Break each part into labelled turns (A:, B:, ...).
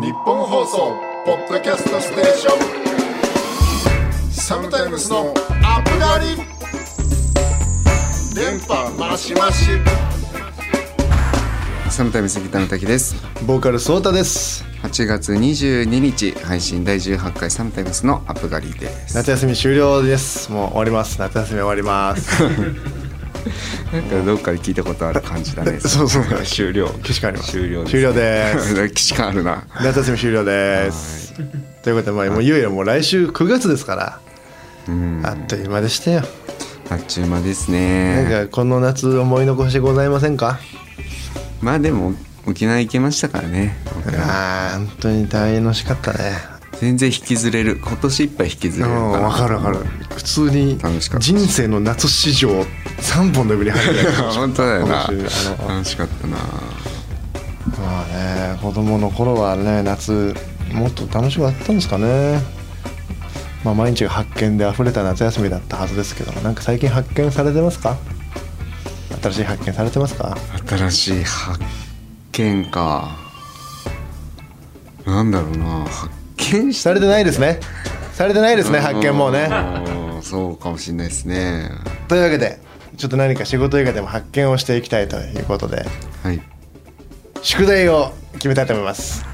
A: 日本放送ポッドキャストステーションサムタイムスのアップガリ電波マシマシ
B: サムタイムスギターの滝です
C: ボーカルソータです
B: 8月22日配信第18回サムタイムスのアップガリです
C: 夏休み終了ですもう終わります夏休み終わります
B: なんかどっかで聞いたことある感じだ ね
C: そうそう
B: 終了
C: 既視感あります
B: 終了です
C: 終了です
B: 既視感あるな
C: 夏休み終了ですということでまあもういよいよもう来週9月ですからあっという間でしたよ
B: あっちゅう間ですね
C: なんかこの夏思い残しございませんか
B: まあでも沖縄行けましたからね僕ら
C: ああ本当に大変楽しかったね
B: 全然引きずれる今年いっぱい引きず
C: う
B: れる
C: ん
B: から
C: 分かる分かる普通に
B: 楽しかった
C: 人生の夏史上3本の指に入るぐらい
B: 本当だよな
C: 今週あの
B: 楽しかったな
C: まあね子供の頃はね夏もっと楽しくあったんですかねまあ毎日が発見で溢れた夏休みだったはずですけどもなんか最近発見されてますか新しい発見されてますか
B: 新しい発見かなんだろうな発見し
C: されてないですねされてないですね発見もうね
B: うんそうかもしれないですね
C: というわけでちょっと何か仕事以外でも発見をしていきたいということで
B: はい
C: 宿題を決めたいと思います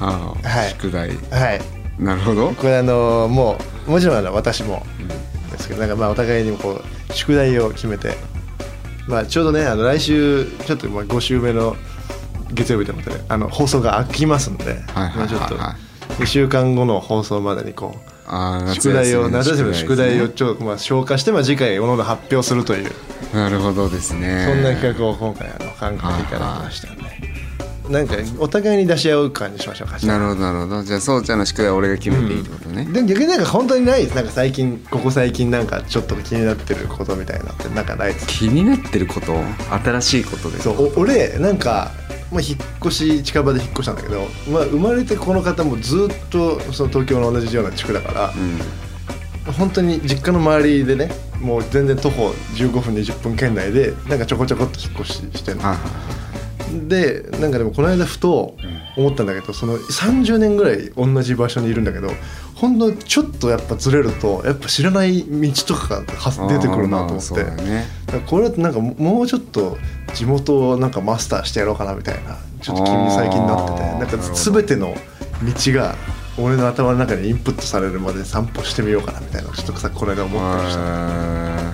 B: ああ、
C: はい
B: 宿題
C: はい
B: なるほど
C: これあのもうもちろんあの私もですけどなんかまあお互いにもこう宿題を決めて、まあ、ちょうどねあの来週ちょっとまあ5週目の月曜日ということであの放送が空きますので、
B: はいはいはいはい
C: まあ、ちょっと2週間後の放送までにこう
B: ああ
C: 宿題を夏休みの宿題
B: で
C: を
B: すね
C: ちょっとまあ消化して、まあ、次回おのおの発表するという、
B: なるほどですね
C: そんな企画を今回あの考えていただきましたんで、なんかお互いに出し合う感じしましょうか
B: なるほどなるほどじゃあそうちゃんの宿題は俺が決めていいってことね、
C: でも逆になんか本当にないですなんか最近ここ最近なんかちょっと気になってることみたいなってなんかないです
B: 気になってること新しいことで
C: そうお俺なんか、まあ、引っ越し近場で引っ越したんだけど、まあ、生まれてこの方もずっとその東京の同じような地区だから、
B: うん
C: 本当に実家の周りでねもう全然徒歩15分20分圏内でなんかちょこちょこっと引っ越ししてるの
B: あ
C: でなんかでもこの間ふと思ったんだけどその30年ぐらい同じ場所にいるんだけどほんのちょっとやっぱずれるとやっぱ知らない道とかがは出てくるなと思
B: あーまあ
C: っ
B: そ
C: て
B: うだね
C: だからこれってなんかもうちょっと地元をなんかマスターしてやろうかなみたいなちょっと君最近なってて
B: あー
C: なんか
B: なるほど
C: 全ての道が俺の頭の中にインプットされるまで散歩してみようかなみたいなのをちょっとさこの間思ったりした
B: あ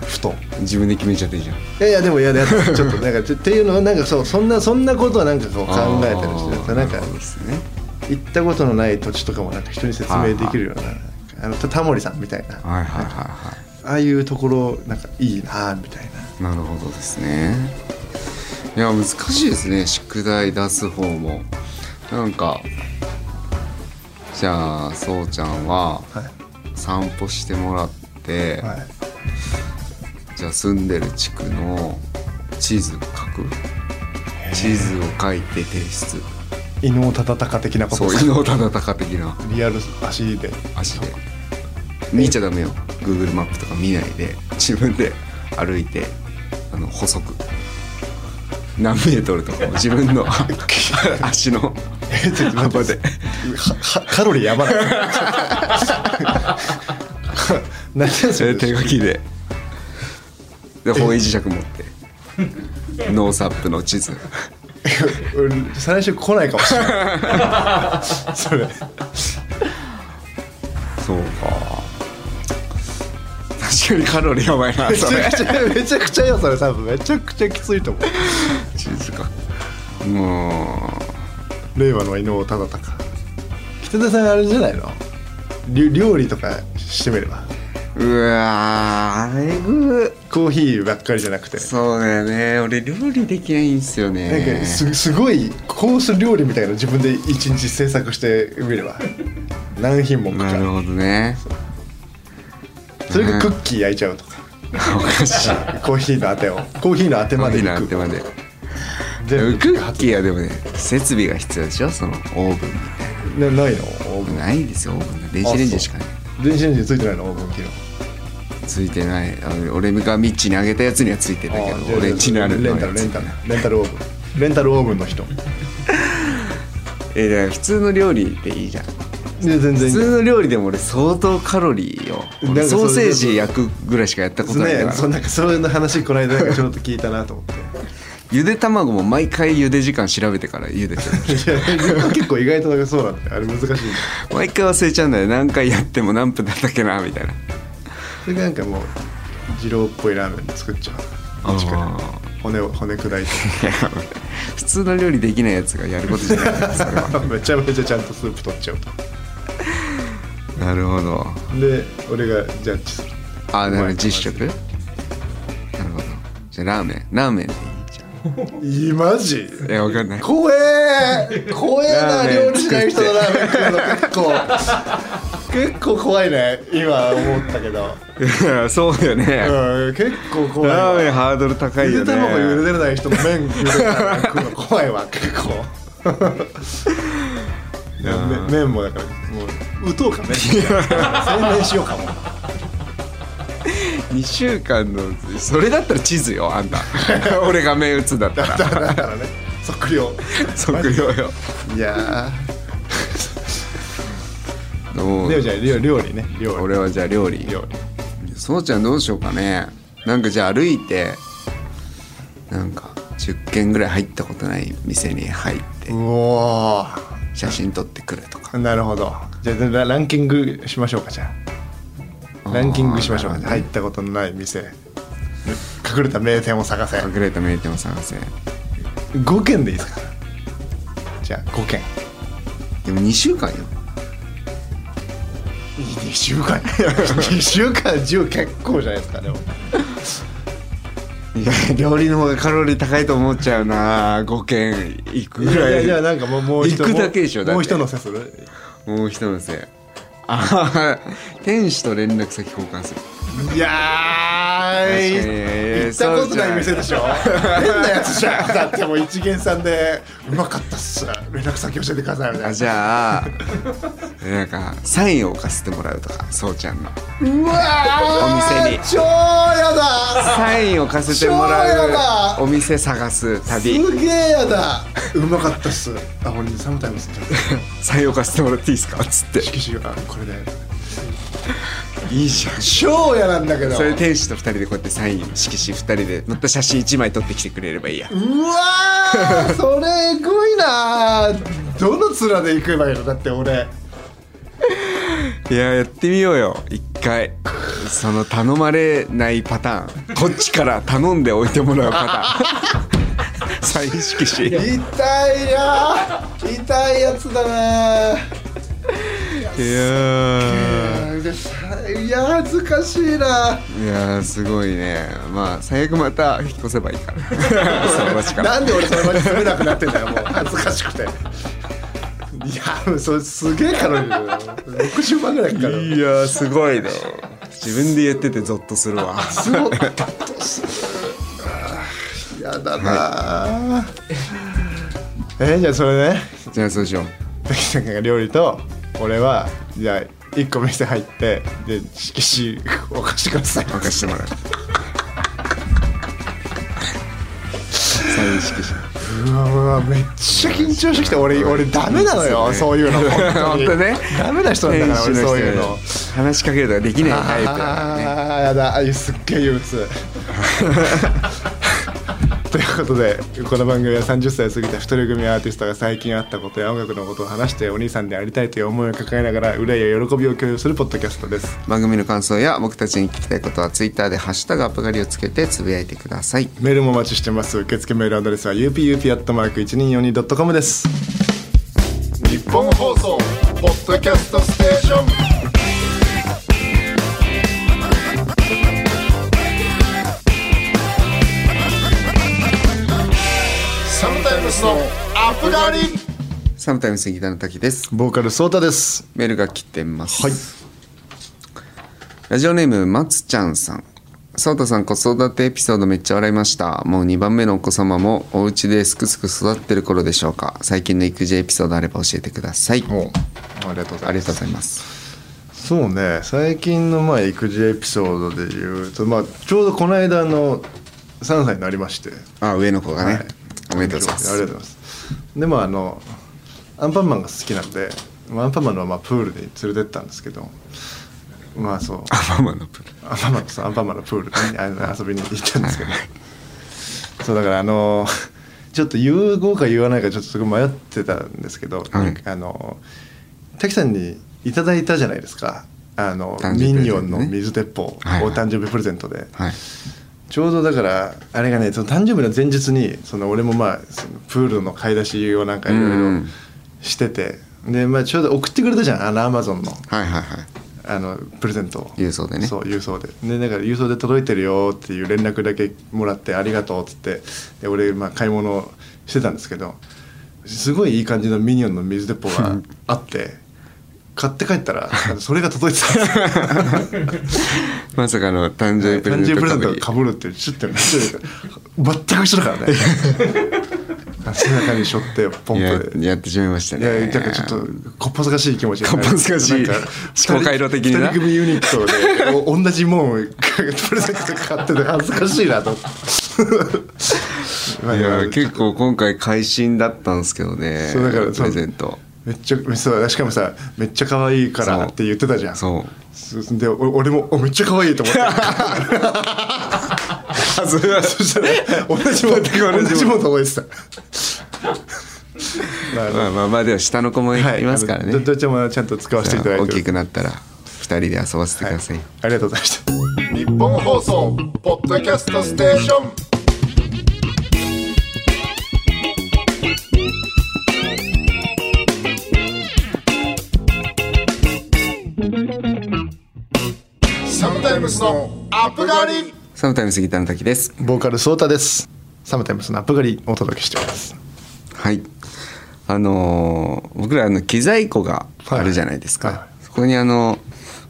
C: ふと。
B: ー自分で決めちゃっていいじゃん
C: いやいやでもいやだやだちょっとなんかちょっていうのはなんかそうそんなそんなことはなんかこう考えたりして
B: あー
C: なん
B: る
C: か
B: ほどですね
C: 行ったことのない土地とかもなんか人に説明できるようなあのタモリさんみたいなあ
B: はいはいはいは
C: あいうところなんかいいなみたいな
B: な
C: い
B: るほどですねいや難しいですね宿題出す方もなんかじゃあそうちゃんは
C: はい
B: 散歩してもらって、
C: はい
B: じゃあ住んでる地区の地図書く地図を書いて提出
C: 伊能忠敬的なこと
B: そう
C: です
B: 伊能忠敬的な
C: リアル 足で
B: 足で見ちゃダメよ Google マップとか見ないで自分で歩いてあの補足何メートルとかを自分 の足の
C: えちょっと待ってはは カロリーやばない 夏休み
B: 手
C: で
B: 書きでで方位磁石持 ってノーサップの地図
C: 俺最初来ないかもしれないそ れ
B: そうか確かにカロリーやばい な
C: めち
B: それ
C: ゃくちゃめちゃくちゃよそれ多分めちゃくちゃきついと思 う
B: 地図かも
C: 令和の伊能忠敬北田さんあれじゃないのり料理とかしてみれば
B: ううわーえぐ
C: コーヒーばっかりじゃなくて
B: そうだよね俺料理できないんすよね
C: なんかすすごいコース料理みたいなの自分で一日制作してみれば 何品目
B: なるほ
C: か
B: どね。
C: それがクッキー焼いちゃうとか
B: おかしい。
C: コーヒーのあてをコーヒーのあてまでい
B: な
C: く
B: んてまで。
C: 全部
B: クッキーはでもね、設備が必要でしょ、そのオーブンみ
C: なないの
B: た
C: オーブ
B: い
C: ン
B: な。ないですよ、オーブン。電子レンジしかね。
C: 電子レンジついてないのオーブン機能
B: ついてない。あの俺がミッチにあげたやつにはついてたけ
C: あーじゃ
B: ど、
C: あ
B: 俺んちにあるの
C: レ
B: や
C: ン
B: つ
C: タルレンタルレンタルオーブンレンタルオーブンの人
B: えーだから普通の料理でいいじゃん
C: で全
B: 普
C: 然
B: 通の料理でも俺相当カロリーよ
C: なん
B: 俺
C: かそう
B: ソーセージ焼くぐらいしかやったことないか
C: ね
B: ら、
C: そうなんかそういう話この間なんかちょっと聞いたなと思って
B: ゆで卵も毎回ゆで時間調べてからゆでてる
C: いや結構意外とそうなんだよあれ難しいんだよ
B: 毎回忘れちゃうんだよ何回やっても何分だったっけなみたいな
C: それがなんかもう二郎っぽいラーメン作っちゃう一から
B: あー
C: 骨を骨砕いて
B: 普通の料理できないやつがやることじゃないからそれは
C: めちゃめちゃちゃんとスープ取っちゃう と
B: なるほど
C: で俺がジャッジする
B: あなるほど
C: うまい
B: 実食なるほどじゃあラーメンラーメンでいいじゃ
C: いいマジ
B: んいやわかんない
C: 怖え怖え
B: ラー
C: な
B: メン
C: 料理しない人のラーメン食うの 結構結構怖いね今思ったけど、
B: いや そうだよね、
C: うん、結構怖い
B: ラー
C: わ
B: メンハードル高 い
C: ゆ
B: よ
C: で
B: ね
C: 卵茹でれない人の麺茹でたら食うの怖いわ結構いやめ麺もだからもう打とうかね宣伝しようかも
B: 2週間のそれだったら地図よあ んた俺が目打つんだったら
C: だからね測量
B: 測量よ
C: いや
B: ど
C: ー
B: う
C: でもじゃあ料料理ね料理
B: 俺はじゃあ料理
C: 料理
B: そうちゃんどうしようかねなんかじゃあ歩いてなんか10軒ぐらい入ったことない店に入って
C: うおー
B: 写真撮ってくるとか
C: なるほどじゃあラランキングしましょうかじゃあランキングしましょうか
B: あー
C: 入ったことのない店隠れた名店を探せ
B: 隠れた名店を探せ
C: 5軒でいいですかじゃあ5軒
B: でも2週間よ
C: 2週 間2週間10結構じゃないですかでも
B: いや料理の方がカロリー高いと思っちゃうな5軒行く
C: い
B: ぐらい
C: やいやなんかもうもう一
B: 行くだけでしょだって
C: もう一乗せする
B: もう一のせいああ天使と連絡先交換する
C: いや
B: 確かに
C: ー行ったことない店でしょ変なやつじゃんだってもう一元さんでうまかったっす連絡先教えてくださいみた
B: あ
C: い
B: じゃあなんかサインを貸してもらうとかそうちゃんの
C: なうわー
B: お店に
C: 超やだ
B: サインを貸せても
C: 超や
B: ら
C: だ
B: うお店探す旅
C: すげえやだうまかったっすあ俺サムタイムス
B: サインを貸してもらっていいですかつって
C: 色紙がこれで
B: いいじゃん
C: 超やなんだけど
B: それ天使と2人でこうやってサイン色紙2人で載った写真1枚撮ってきてくれればいいや
C: うわーそれえごいなーどの面で行けばいいのだって俺
B: いややってみようよ一回その頼まれないパターンこっちから頼んでおいてもらうパタ ーンサイン色紙
C: 痛いなー痛いやつだね
B: いや
C: ーでさいや恥ずかしいな
B: ーいやーすごいねまあ最悪また引っ越せばいいからその場所から
C: なんで俺その場に住めなくなってんだよもう恥ずかしくていやーそれすげえカロリーだよ60万ぐらいかかる
B: いやーすごいね自分で言っててゾッとするわ
C: そうやだなー、えーじゃあそれね
B: じゃあそうしよう
C: 滝さんが料理と俺はじゃあ1個店入ってで色紙を貸してください
B: 任してもらうサイン色
C: うわうわめっちゃ緊張してきて俺俺ダメなのよ
B: そ
C: そうういうの 本
B: 紙
C: 当
B: 本
C: に
B: 当ね
C: ダメな人なんだから俺
B: 店主
C: そう
B: 人
C: いう
B: に
C: の
B: 話しかけるとかできないタイプだからね
C: ああやだあすっげえ憂鬱 ということでこの番組は30歳を過ぎた一人組アーティストが最近あったことや音楽のことを話してお兄さんでありたいという思いを抱えながら憂いや喜びを共有するポッドキャストです
B: 番組の感想や僕たちに聞きたいことはツイッターで「ハッシュタグアップガリ」をつけてつぶやいてください
C: メールもお待ちしてます受付メールアドレスは upup.1242.com です
A: 日本放送ポッドキャストステーションサムタイムスのアップガリ
B: サムタイムスギターの滝です
C: ボーカルソータです
B: メールが来てます
C: はい
B: ラジオネームまつちゃんさんソータさん子育てエピソードめっちゃ笑いましたもう2番目のお子様もお家ですくすく育ってる頃でしょうか最近の育児エピソードあれば教えてくださいあ
C: おありがとうござい
B: り
C: ま
B: がとうございます
C: すそうね最近のまあ育児エピソードでいうと、まあ、ちょうどこの間あの3歳になりまして
B: あ上の子がね、
C: はい
B: おめでとうございます
C: ありがとうございますでもあのアンパンマンが好きなんでまあアンパンマンのまあプールで連れてったんですけどまあそう
B: アママのプール
C: アンパンマンそうアンパンマンのプールにあの遊びに行ったんですけどそうだからあのちょっと言おうか言わないかちょっとすごい迷ってたんですけど、
B: はい
C: あの滝さんにいただいたじゃないですかあの、
B: 誕生日
C: ミ
B: プレゼントね
C: ニオンの水鉄砲を
B: はいはい
C: 誕生日プレゼントで、
B: はい
C: ちょうどだからあれがねその誕生日の前日にその俺もまあそのプールの買い出しをなんかい
B: う
C: ろいろ
B: ん
C: してて、でまあちょうど送ってくれたじゃんあのアマゾンの
B: はいはいはい
C: あのプレゼントを
B: 郵送でね
C: そう郵送ででなんか郵送で届いてるよっていう連絡だけもらってありがとうっつってで俺まあ買い物してたんですけどすごいいい感じのミニオンの水鉄砲があって買って帰ったらそれが届い てたんですよ
B: まさかの誕生日プレ
C: 誕
B: ゼン
C: 生日
B: ト
C: プ
B: か
C: レゼン
B: ぶ
C: ト
B: り
C: かぶるっていうちょっとね全く一緒だからね 背中に背負ってポン
B: い
C: プで
B: ややってしまいました
C: いや
B: ね
C: だからちょっとこっぱずかしい気持ちが
B: こっぱずかしい
C: なんか
B: 思考回路的にな
C: 二人組ユニットでお同じもんプレゼント買ってて恥ずかしい なと思ってまあ
B: いや
C: まあ
B: 結構今回会心だったんですけどね
C: そうだから
B: プレゼント
C: めっちゃそうしかもさめっちゃ可愛いからって言ってたじゃん
B: そう
C: そうでお俺もおめっちゃ可愛いと思って
B: あそれはそしたら
C: 同じもん
B: 全く同じもん
C: 同じもんと思 ってたまあ
B: まあまあまあでは下の子もい
C: はい
B: ますから
C: あのど
B: ね
C: どっちもちゃんと使わせていただいて
B: 大
C: る
B: きくなったら二人で遊ばせてください
C: はい、ありがとうございました
A: 日本放送ポッドキャストステーションサムタイムスのアップガリ
B: サムタイムスギターの滝です
C: ボーカルソータですサムタイムスのアップガリお届けしております
B: はいあのー僕らあの機材庫があるじゃないですか、
C: はいはい
B: そこにあの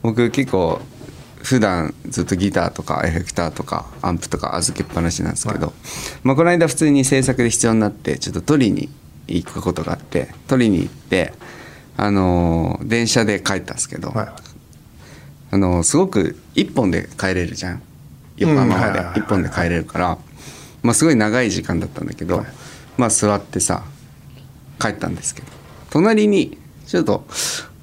B: 僕結構普段ずっとギターとかエフェクターとかアンプとか預けっぱなしなんですけど、まあ、この間普通に制作で必要になってちょっと取りに行くことがあって取りに行って、あのー電車で帰ったんですけど、
C: は
B: あのすごく1本で帰れるじゃん横浜
C: うんは
B: ま
C: いはい
B: で
C: はいはい
B: 1本で帰れるから、まあ、すごい長い時間だったんだけど、まあ座ってさ帰ったんですけど隣にちょっと、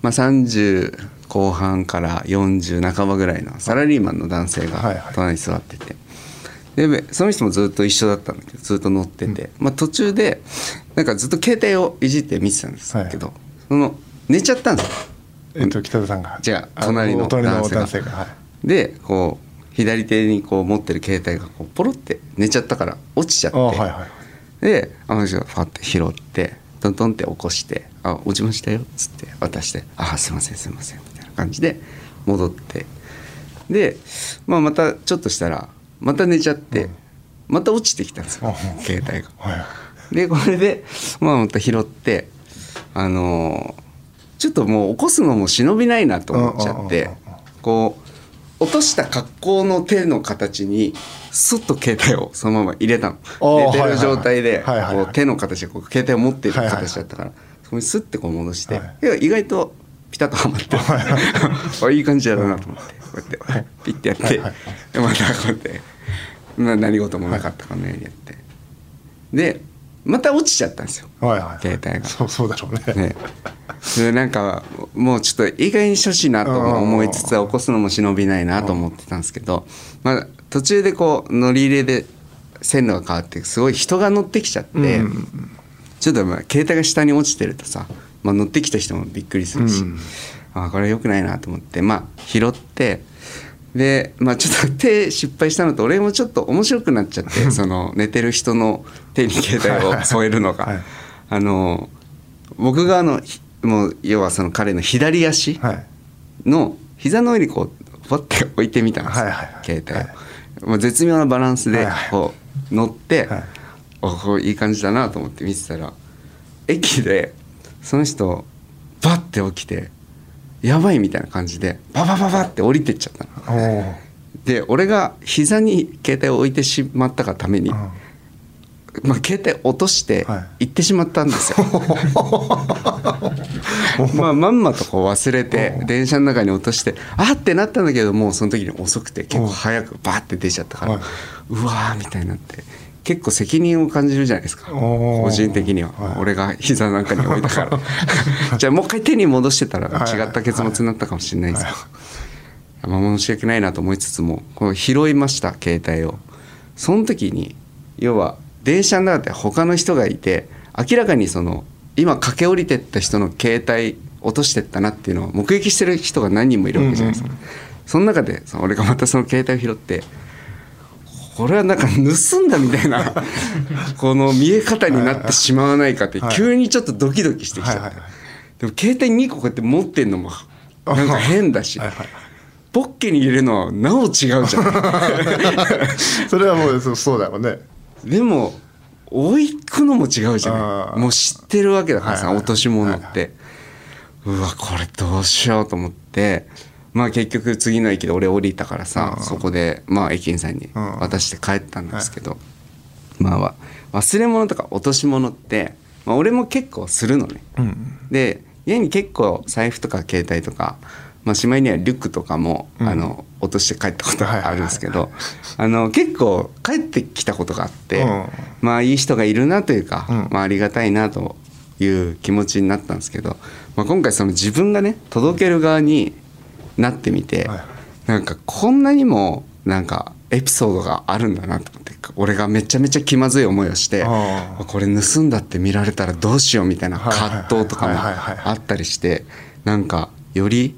B: まあ、30後半から40半ばぐらいのサラリーマンの男性
C: はい
B: が
C: はい
B: 隣に座ってて。でその人もずっと一緒だったんだけどずっと乗ってて、まあ、途中でなんかずっと携帯をいじって見てたんですけど、その寝ちゃったんですよ
C: いえっと北田さんが
B: じゃあ
C: の
B: 隣の
C: お隣の男性が
B: 男性が
C: はい
B: でこう左手にこう持ってる携帯がこうポロって寝ちゃったから落ちちゃっ
C: あ
B: て、
C: はいはい
B: であの人がファって拾ってトントンって起こして「あ落ちましたよ」っつって渡して「あすいませんすいません」みたいな感じで戻ってで、まあ、またちょっとしたらまた寝ちゃって、また落ちてきたんですよ
C: うん
B: 携帯が。
C: は い
B: でこれで、まあ、また拾ってあのーちょっともう起こすのも忍びないなと思っちゃっ
C: うん
B: て
C: うんうん
B: こう落とした格好の手の形にスッと携帯をそのまま入れた
C: おー
B: の寝てる状態で
C: はいはいはいはいはいはい
B: こう手の形でこう携帯を持っている形だったからそこにスッてこう戻して
C: はい
B: いや意外とピタッとはまって あいい感じだなと思ってこうやってピッてやって
C: はいはい
B: でまたこうやってな何事もなかったかのようにやって。でまた落ちちゃったんですよ、
C: はいはい
B: 携帯が
C: そうそうだろうね
B: ね、でなんかもうちょっと意外に処置なとも思いつつは起こすのも忍びないなと思ってたんですけど、まあ、途中でこう乗り入れで線路が変わってすごい人が乗ってきちゃって、ちょっとまあ携帯が下に落ちてるとさ、まあ、乗ってきた人もびっくりするし、
C: うん
B: あこれ良くないなと思ってまあ拾ってでまあちょっと手失敗したのと俺もちょっと面白くなっちゃって その寝てる人の手に携帯を添えるのが、
C: はい
B: あの僕があのひもう要はその彼の左足
C: はいはい
B: の膝の上にこうパッて置いてみたんですよ、
C: はいはいはい
B: 携帯を、まあ、絶妙なバランス
C: はい
B: で
C: はい
B: こう乗って、
C: はい
B: おこういい感じだなと思って見てたら駅でその人バッて起きてやばいみたいな感じでババババって降りてっちゃったの。
C: おー
B: で俺が膝に携帯を置いてしまったがために、
C: うん
B: まあ、携帯落として
C: は
B: 行ってしまったんです よ。まあまんまとこう忘れて電車の中に落としてあってなったんだけどもうその時に遅くて結構早くバーって出ちゃったから
C: はいう
B: わーみたいになって結構責任を感じるじゃないですか
C: おー
B: 個人的には、
C: はい
B: 俺が膝なんかに置いたから じゃあもう一回手に戻してたら
C: はい
B: 違った結末になったかもしれないですけど、まあ申し訳ないなと思いつつもこう拾いました携帯をその時に要は電車の中で他の人がいて明らかにその今駆け下りてった人の携帯落としてったなっていうのを目撃してる人が何人もいるわけじゃないですか、その中でその俺がまたその携帯を拾ってこれはなんか盗んだみたい なこの見え方になってしまわないかって
C: はい
B: 急にちょっとドキドキしてきち
C: は
B: ゃ
C: い
B: っ
C: はい
B: た
C: はい
B: でも携帯2個こうやって持ってんのもなんか変だし
C: はいはい
B: ポッケに入れるのはなお違うじゃん
C: それはもうそうそうだろうね
B: でも置いくのも違うじゃ
C: あ
B: な
C: ー
B: いもう知ってるわけだからさ、
C: はいはい
B: 落とし物って、うわこれどうしようと思ってまあ結局次の駅で俺降りたからさ、そこでまあ駅員さんに
C: うん
B: 渡して帰ったんですけど、まあわ忘れ物とか落とし物って、まあ、俺も結構するのね。
C: うん
B: で家に結構財布とか携帯とか、まあ、しまいにはリュックとかも、あの落として帰ったことがあるんですけど、あの結構帰ってきたことがあって、
C: うん
B: まあいい人がいるなというか、
C: うん
B: まあ、ありがたいなという気持ちになったんですけど、まあ、今回その自分がね届ける側になってみて、
C: はい
B: なんかこんなにもなんかエピソードがあるんだなと思って俺がめちゃめちゃ気まずい思いをして
C: あ
B: これ盗んだって見られたらどうしようみたいな葛藤とかも
C: はいはいはいはいはい
B: あったりしてなんかより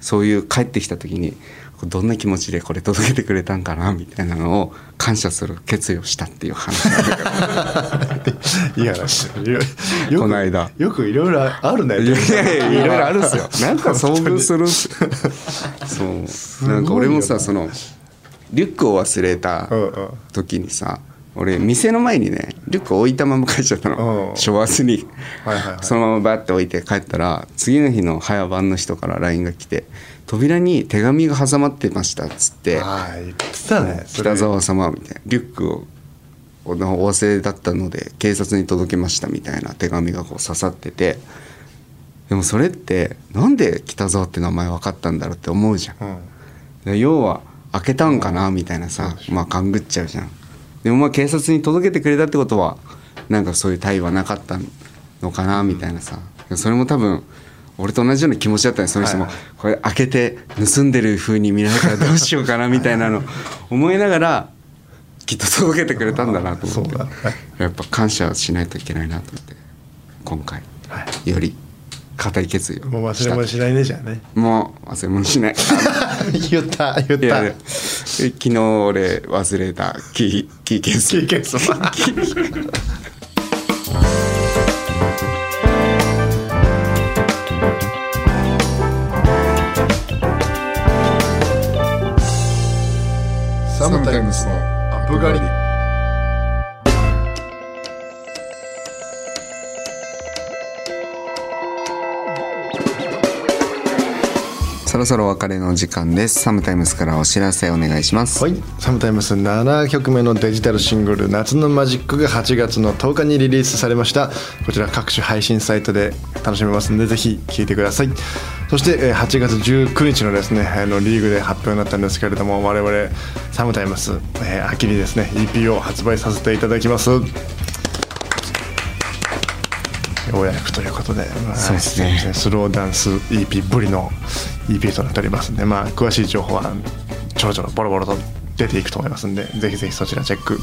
B: そういう帰ってきた時にどんな気持ちでこれ届けてくれたんかなみたいなのを感謝する決意をしたっていう話
C: いい話だよよく
B: この間
C: よくいろいろあるね
B: いやいやいやいろいろあるんですよなんか遭遇するんすよそう
C: ごいよ
B: な
C: ね
B: んか俺もさそのリュックを忘れた
C: うんうん
B: 時にさ俺店の前にねリュック置いたまま帰っちゃった
C: う
B: の
C: ん
B: 昭和ずに
C: はいはいはい
B: そのままバッて置いて帰ったら次の日の早番の人から LINE が来て「扉に手紙が挟まってました」っつって
C: ああ言ってたね
B: 「
C: それ
B: 北沢様」みたいなリュックをおお忘れだったので警察に届けましたみたいな手紙がこう刺さっててでもそれってなんで北沢って名前分かったんだろうって思うじゃん
C: う。ん
B: で要は開けたんかなみたいなさまあ勘ぐっちゃうじゃんでもまあ警察に届けてくれたってことはなんかそういう対はなかったのかなみたいなさそれも多分俺と同じような気持ちだったねその人も
C: はい
B: これ開けて盗んでる風に見られたらどうしようかなみたいなの思いながらきっと届けてくれたんだなと思って
C: そうだね
B: やっぱ感謝しないといけないなと思って今回
C: は
B: より固い決意を
C: もう忘
B: し
C: れ
B: た
C: 物しないねじゃあ ね
B: もう忘れ物しない。
C: 言った言っ
B: いや
C: た
B: いや昨日俺忘れたキーキーケース
C: キーケース
B: キー
A: サムタイムスのアップガリ
B: そろそろお別れの時間ですサムタイムスからお知らせお願いします
C: はい、サムタイムス7曲目のデジタルシングル「夏のマジック」が8月の10日にリリースされましたこちら各種配信サイトで楽しめますのでぜひ聴いてくださいそしてえー8月19日のですねあのリーグで発表になったんですけれども我々サムタイムス、えー秋にですね EP を発売させていただきますようやくということで、まあ
B: そうですね
C: スローダンス EP ぶりの EP となっておりますんで、まあ、詳しい情報はちょろちょろボロボロと出ていくと思いますんでぜひぜひそちらチェック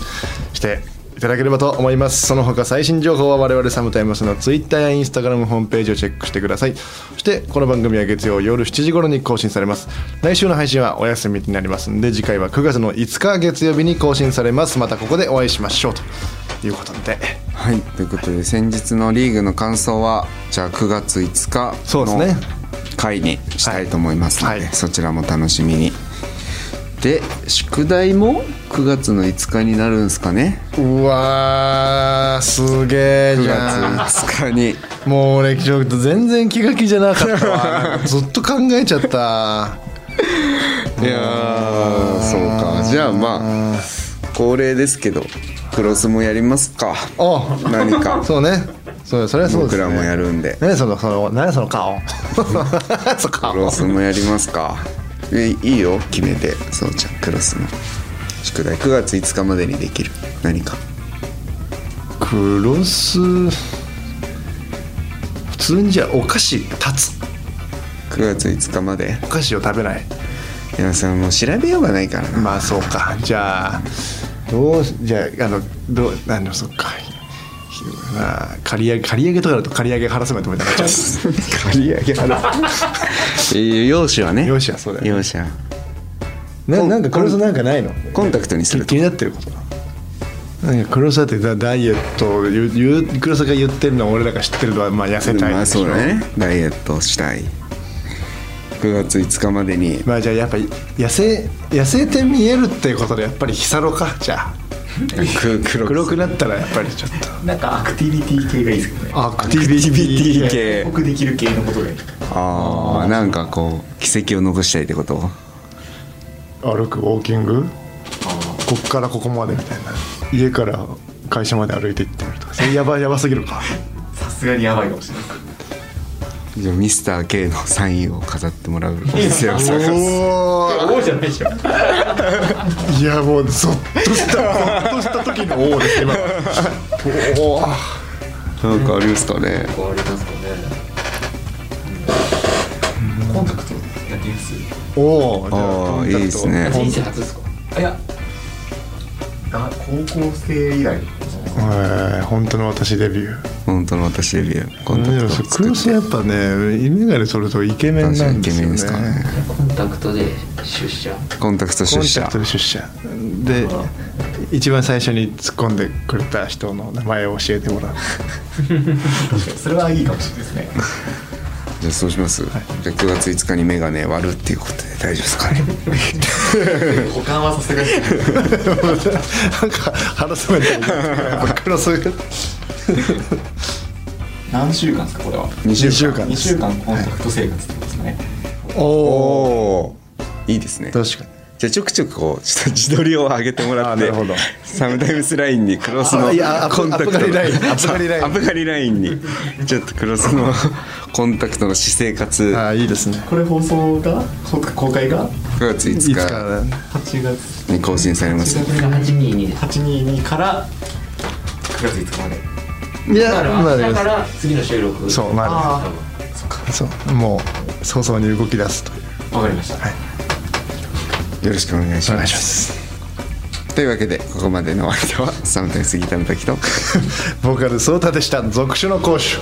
C: していただければと思いますその他最新情報は我々サムタイムスの Twitter や Instagram ホームページをチェックしてくださいそしてこの番組は月曜夜7時頃に更新されます来週の配信はお休みになりますんで次回は9月の5日月曜日に更新されますまたここでお会いしましょうということで
B: はいということで先日のリーグの感想はじゃあ9月5日
C: そうです
B: の
C: ね
B: 回にしたいと思いますので、
C: はいはい
B: そちらも楽しみにで宿題も9月の5日になるんですかね
C: うわーすげえ
B: 9
C: じゃん
B: 月5日に
C: もう俺ちょっと全然気が気じゃなかったわ なんかずっと考えちゃった
B: いやーそうかじゃあまあ恒例ですけどクロスもやりますか
C: あ
B: 何か
C: そうねそうそれはそうです、
B: 僕
C: ね、
B: らもやるんで
C: 何そのその何その顔 その
B: クロ
C: 顔
B: スもやりますかえいいよ決めてそうちゃんクロスの宿題9月5日までにできる何か
C: クロス普通にじゃあお菓子立つ
B: 9月5日まで
C: お菓子を食べない
B: いやそれもう調べようがないからな、
C: まあそうかじゃあどうじゃああのどうあのそっかまあ借り上げ借り上げとかだと借り上げハラスメントみたいになっちゃ
B: 借り上げ払う容姿はね
C: 容姿はそうだよね
B: 容姿は
C: うななんかクロスなんかないの
B: コンタクトにする
C: 気
B: と
C: になってることなんかクロスだってダダイエットを言う言うクロスが言ってるのは俺らが知ってるのはまあ痩せたい
B: まあ
C: でし
B: そ
C: ょ
B: うだねダイエットをしたい9月5日までに
C: まあじゃあやっぱり痩せ痩せて見えるっていうことでやっぱりヒサロかじゃあ
B: く黒
C: 黒くなったらやっぱりちょっと
D: なんかアクティビティ系がいいですけどね
C: アクティビティ系
B: 系
D: 僕できる系のことで
B: ああなんかこう奇跡を残したいってこと
C: 歩くウォーキングこっからここまでみたいな家から会社まで歩いて行ってみるとかそれやばやばすぎるか
D: さすがにやばいかもしれない
B: じゃあミスター K のサインを飾ってもらうお店を探す
C: おー
D: 王じゃないでしょ
C: いやもうゾッとしたゾッとした時 の王です今おー
B: なんかありますかね
D: ありますかねコンタクトやってみます
C: おーじ
B: あ
C: ゃ
B: あいいですね
D: 人生初ですかいやあ高校生以来
C: えー本当の私デビュー
B: 本当の私デビューコンタ
C: で
B: ク
C: もそう
B: トを
C: ク
B: 作
C: ロ
B: っ
C: ス
B: て
C: やっぱね眼鏡それとイケメンなんですよ
B: イケメン
C: ね
B: ですからね
E: コンタクトで出社
B: コンタクト
C: コン
B: 出
C: タ
B: 社
C: クトで出社で一番最初に突っ込んでくれた人の名前を教えても らう
D: それはいいかもしれないですね
B: じゃあそうします、じゃあ9月5日に眼鏡割るっていうことで大丈夫です かね
D: 保管はさすがに
C: なんかハラスメントみたいなやっぱクロス
D: 何週間ですかこれは
B: 2
C: 2週間
D: 2
C: です
D: 週間コンタクト生活ってことですね、
C: おお
B: おおいいですね
C: 確かに
B: じゃあちょくちょくこうちょっと自撮りを上げてもらって
C: あーなるほど
B: サムタイムスラインにクロスの
C: あいやアップ
B: コンタクト
C: アップガリラインアップガリライン
B: アップガリラインにちょっとクロスのコンタクトの私生活9
C: ああいいですね
D: これ放送がほ公開が
B: 月
C: いつ
B: 5
C: か
D: 8月
B: 日に更新されます
E: 822で
D: 822から9月5日まで
C: い
E: だ
C: や
E: から
C: ま
E: 明日か
C: だ
E: ら次の収録
C: そうまだ
D: あ
C: そうもう早々に動き出すという
D: あわかりました
B: よろしくお願いし
C: お願
B: ま
C: いし
B: す
C: ます
B: というわけでここまでのお相手はサムタイムスギターの時と
C: ボーカルソータでした続種の講師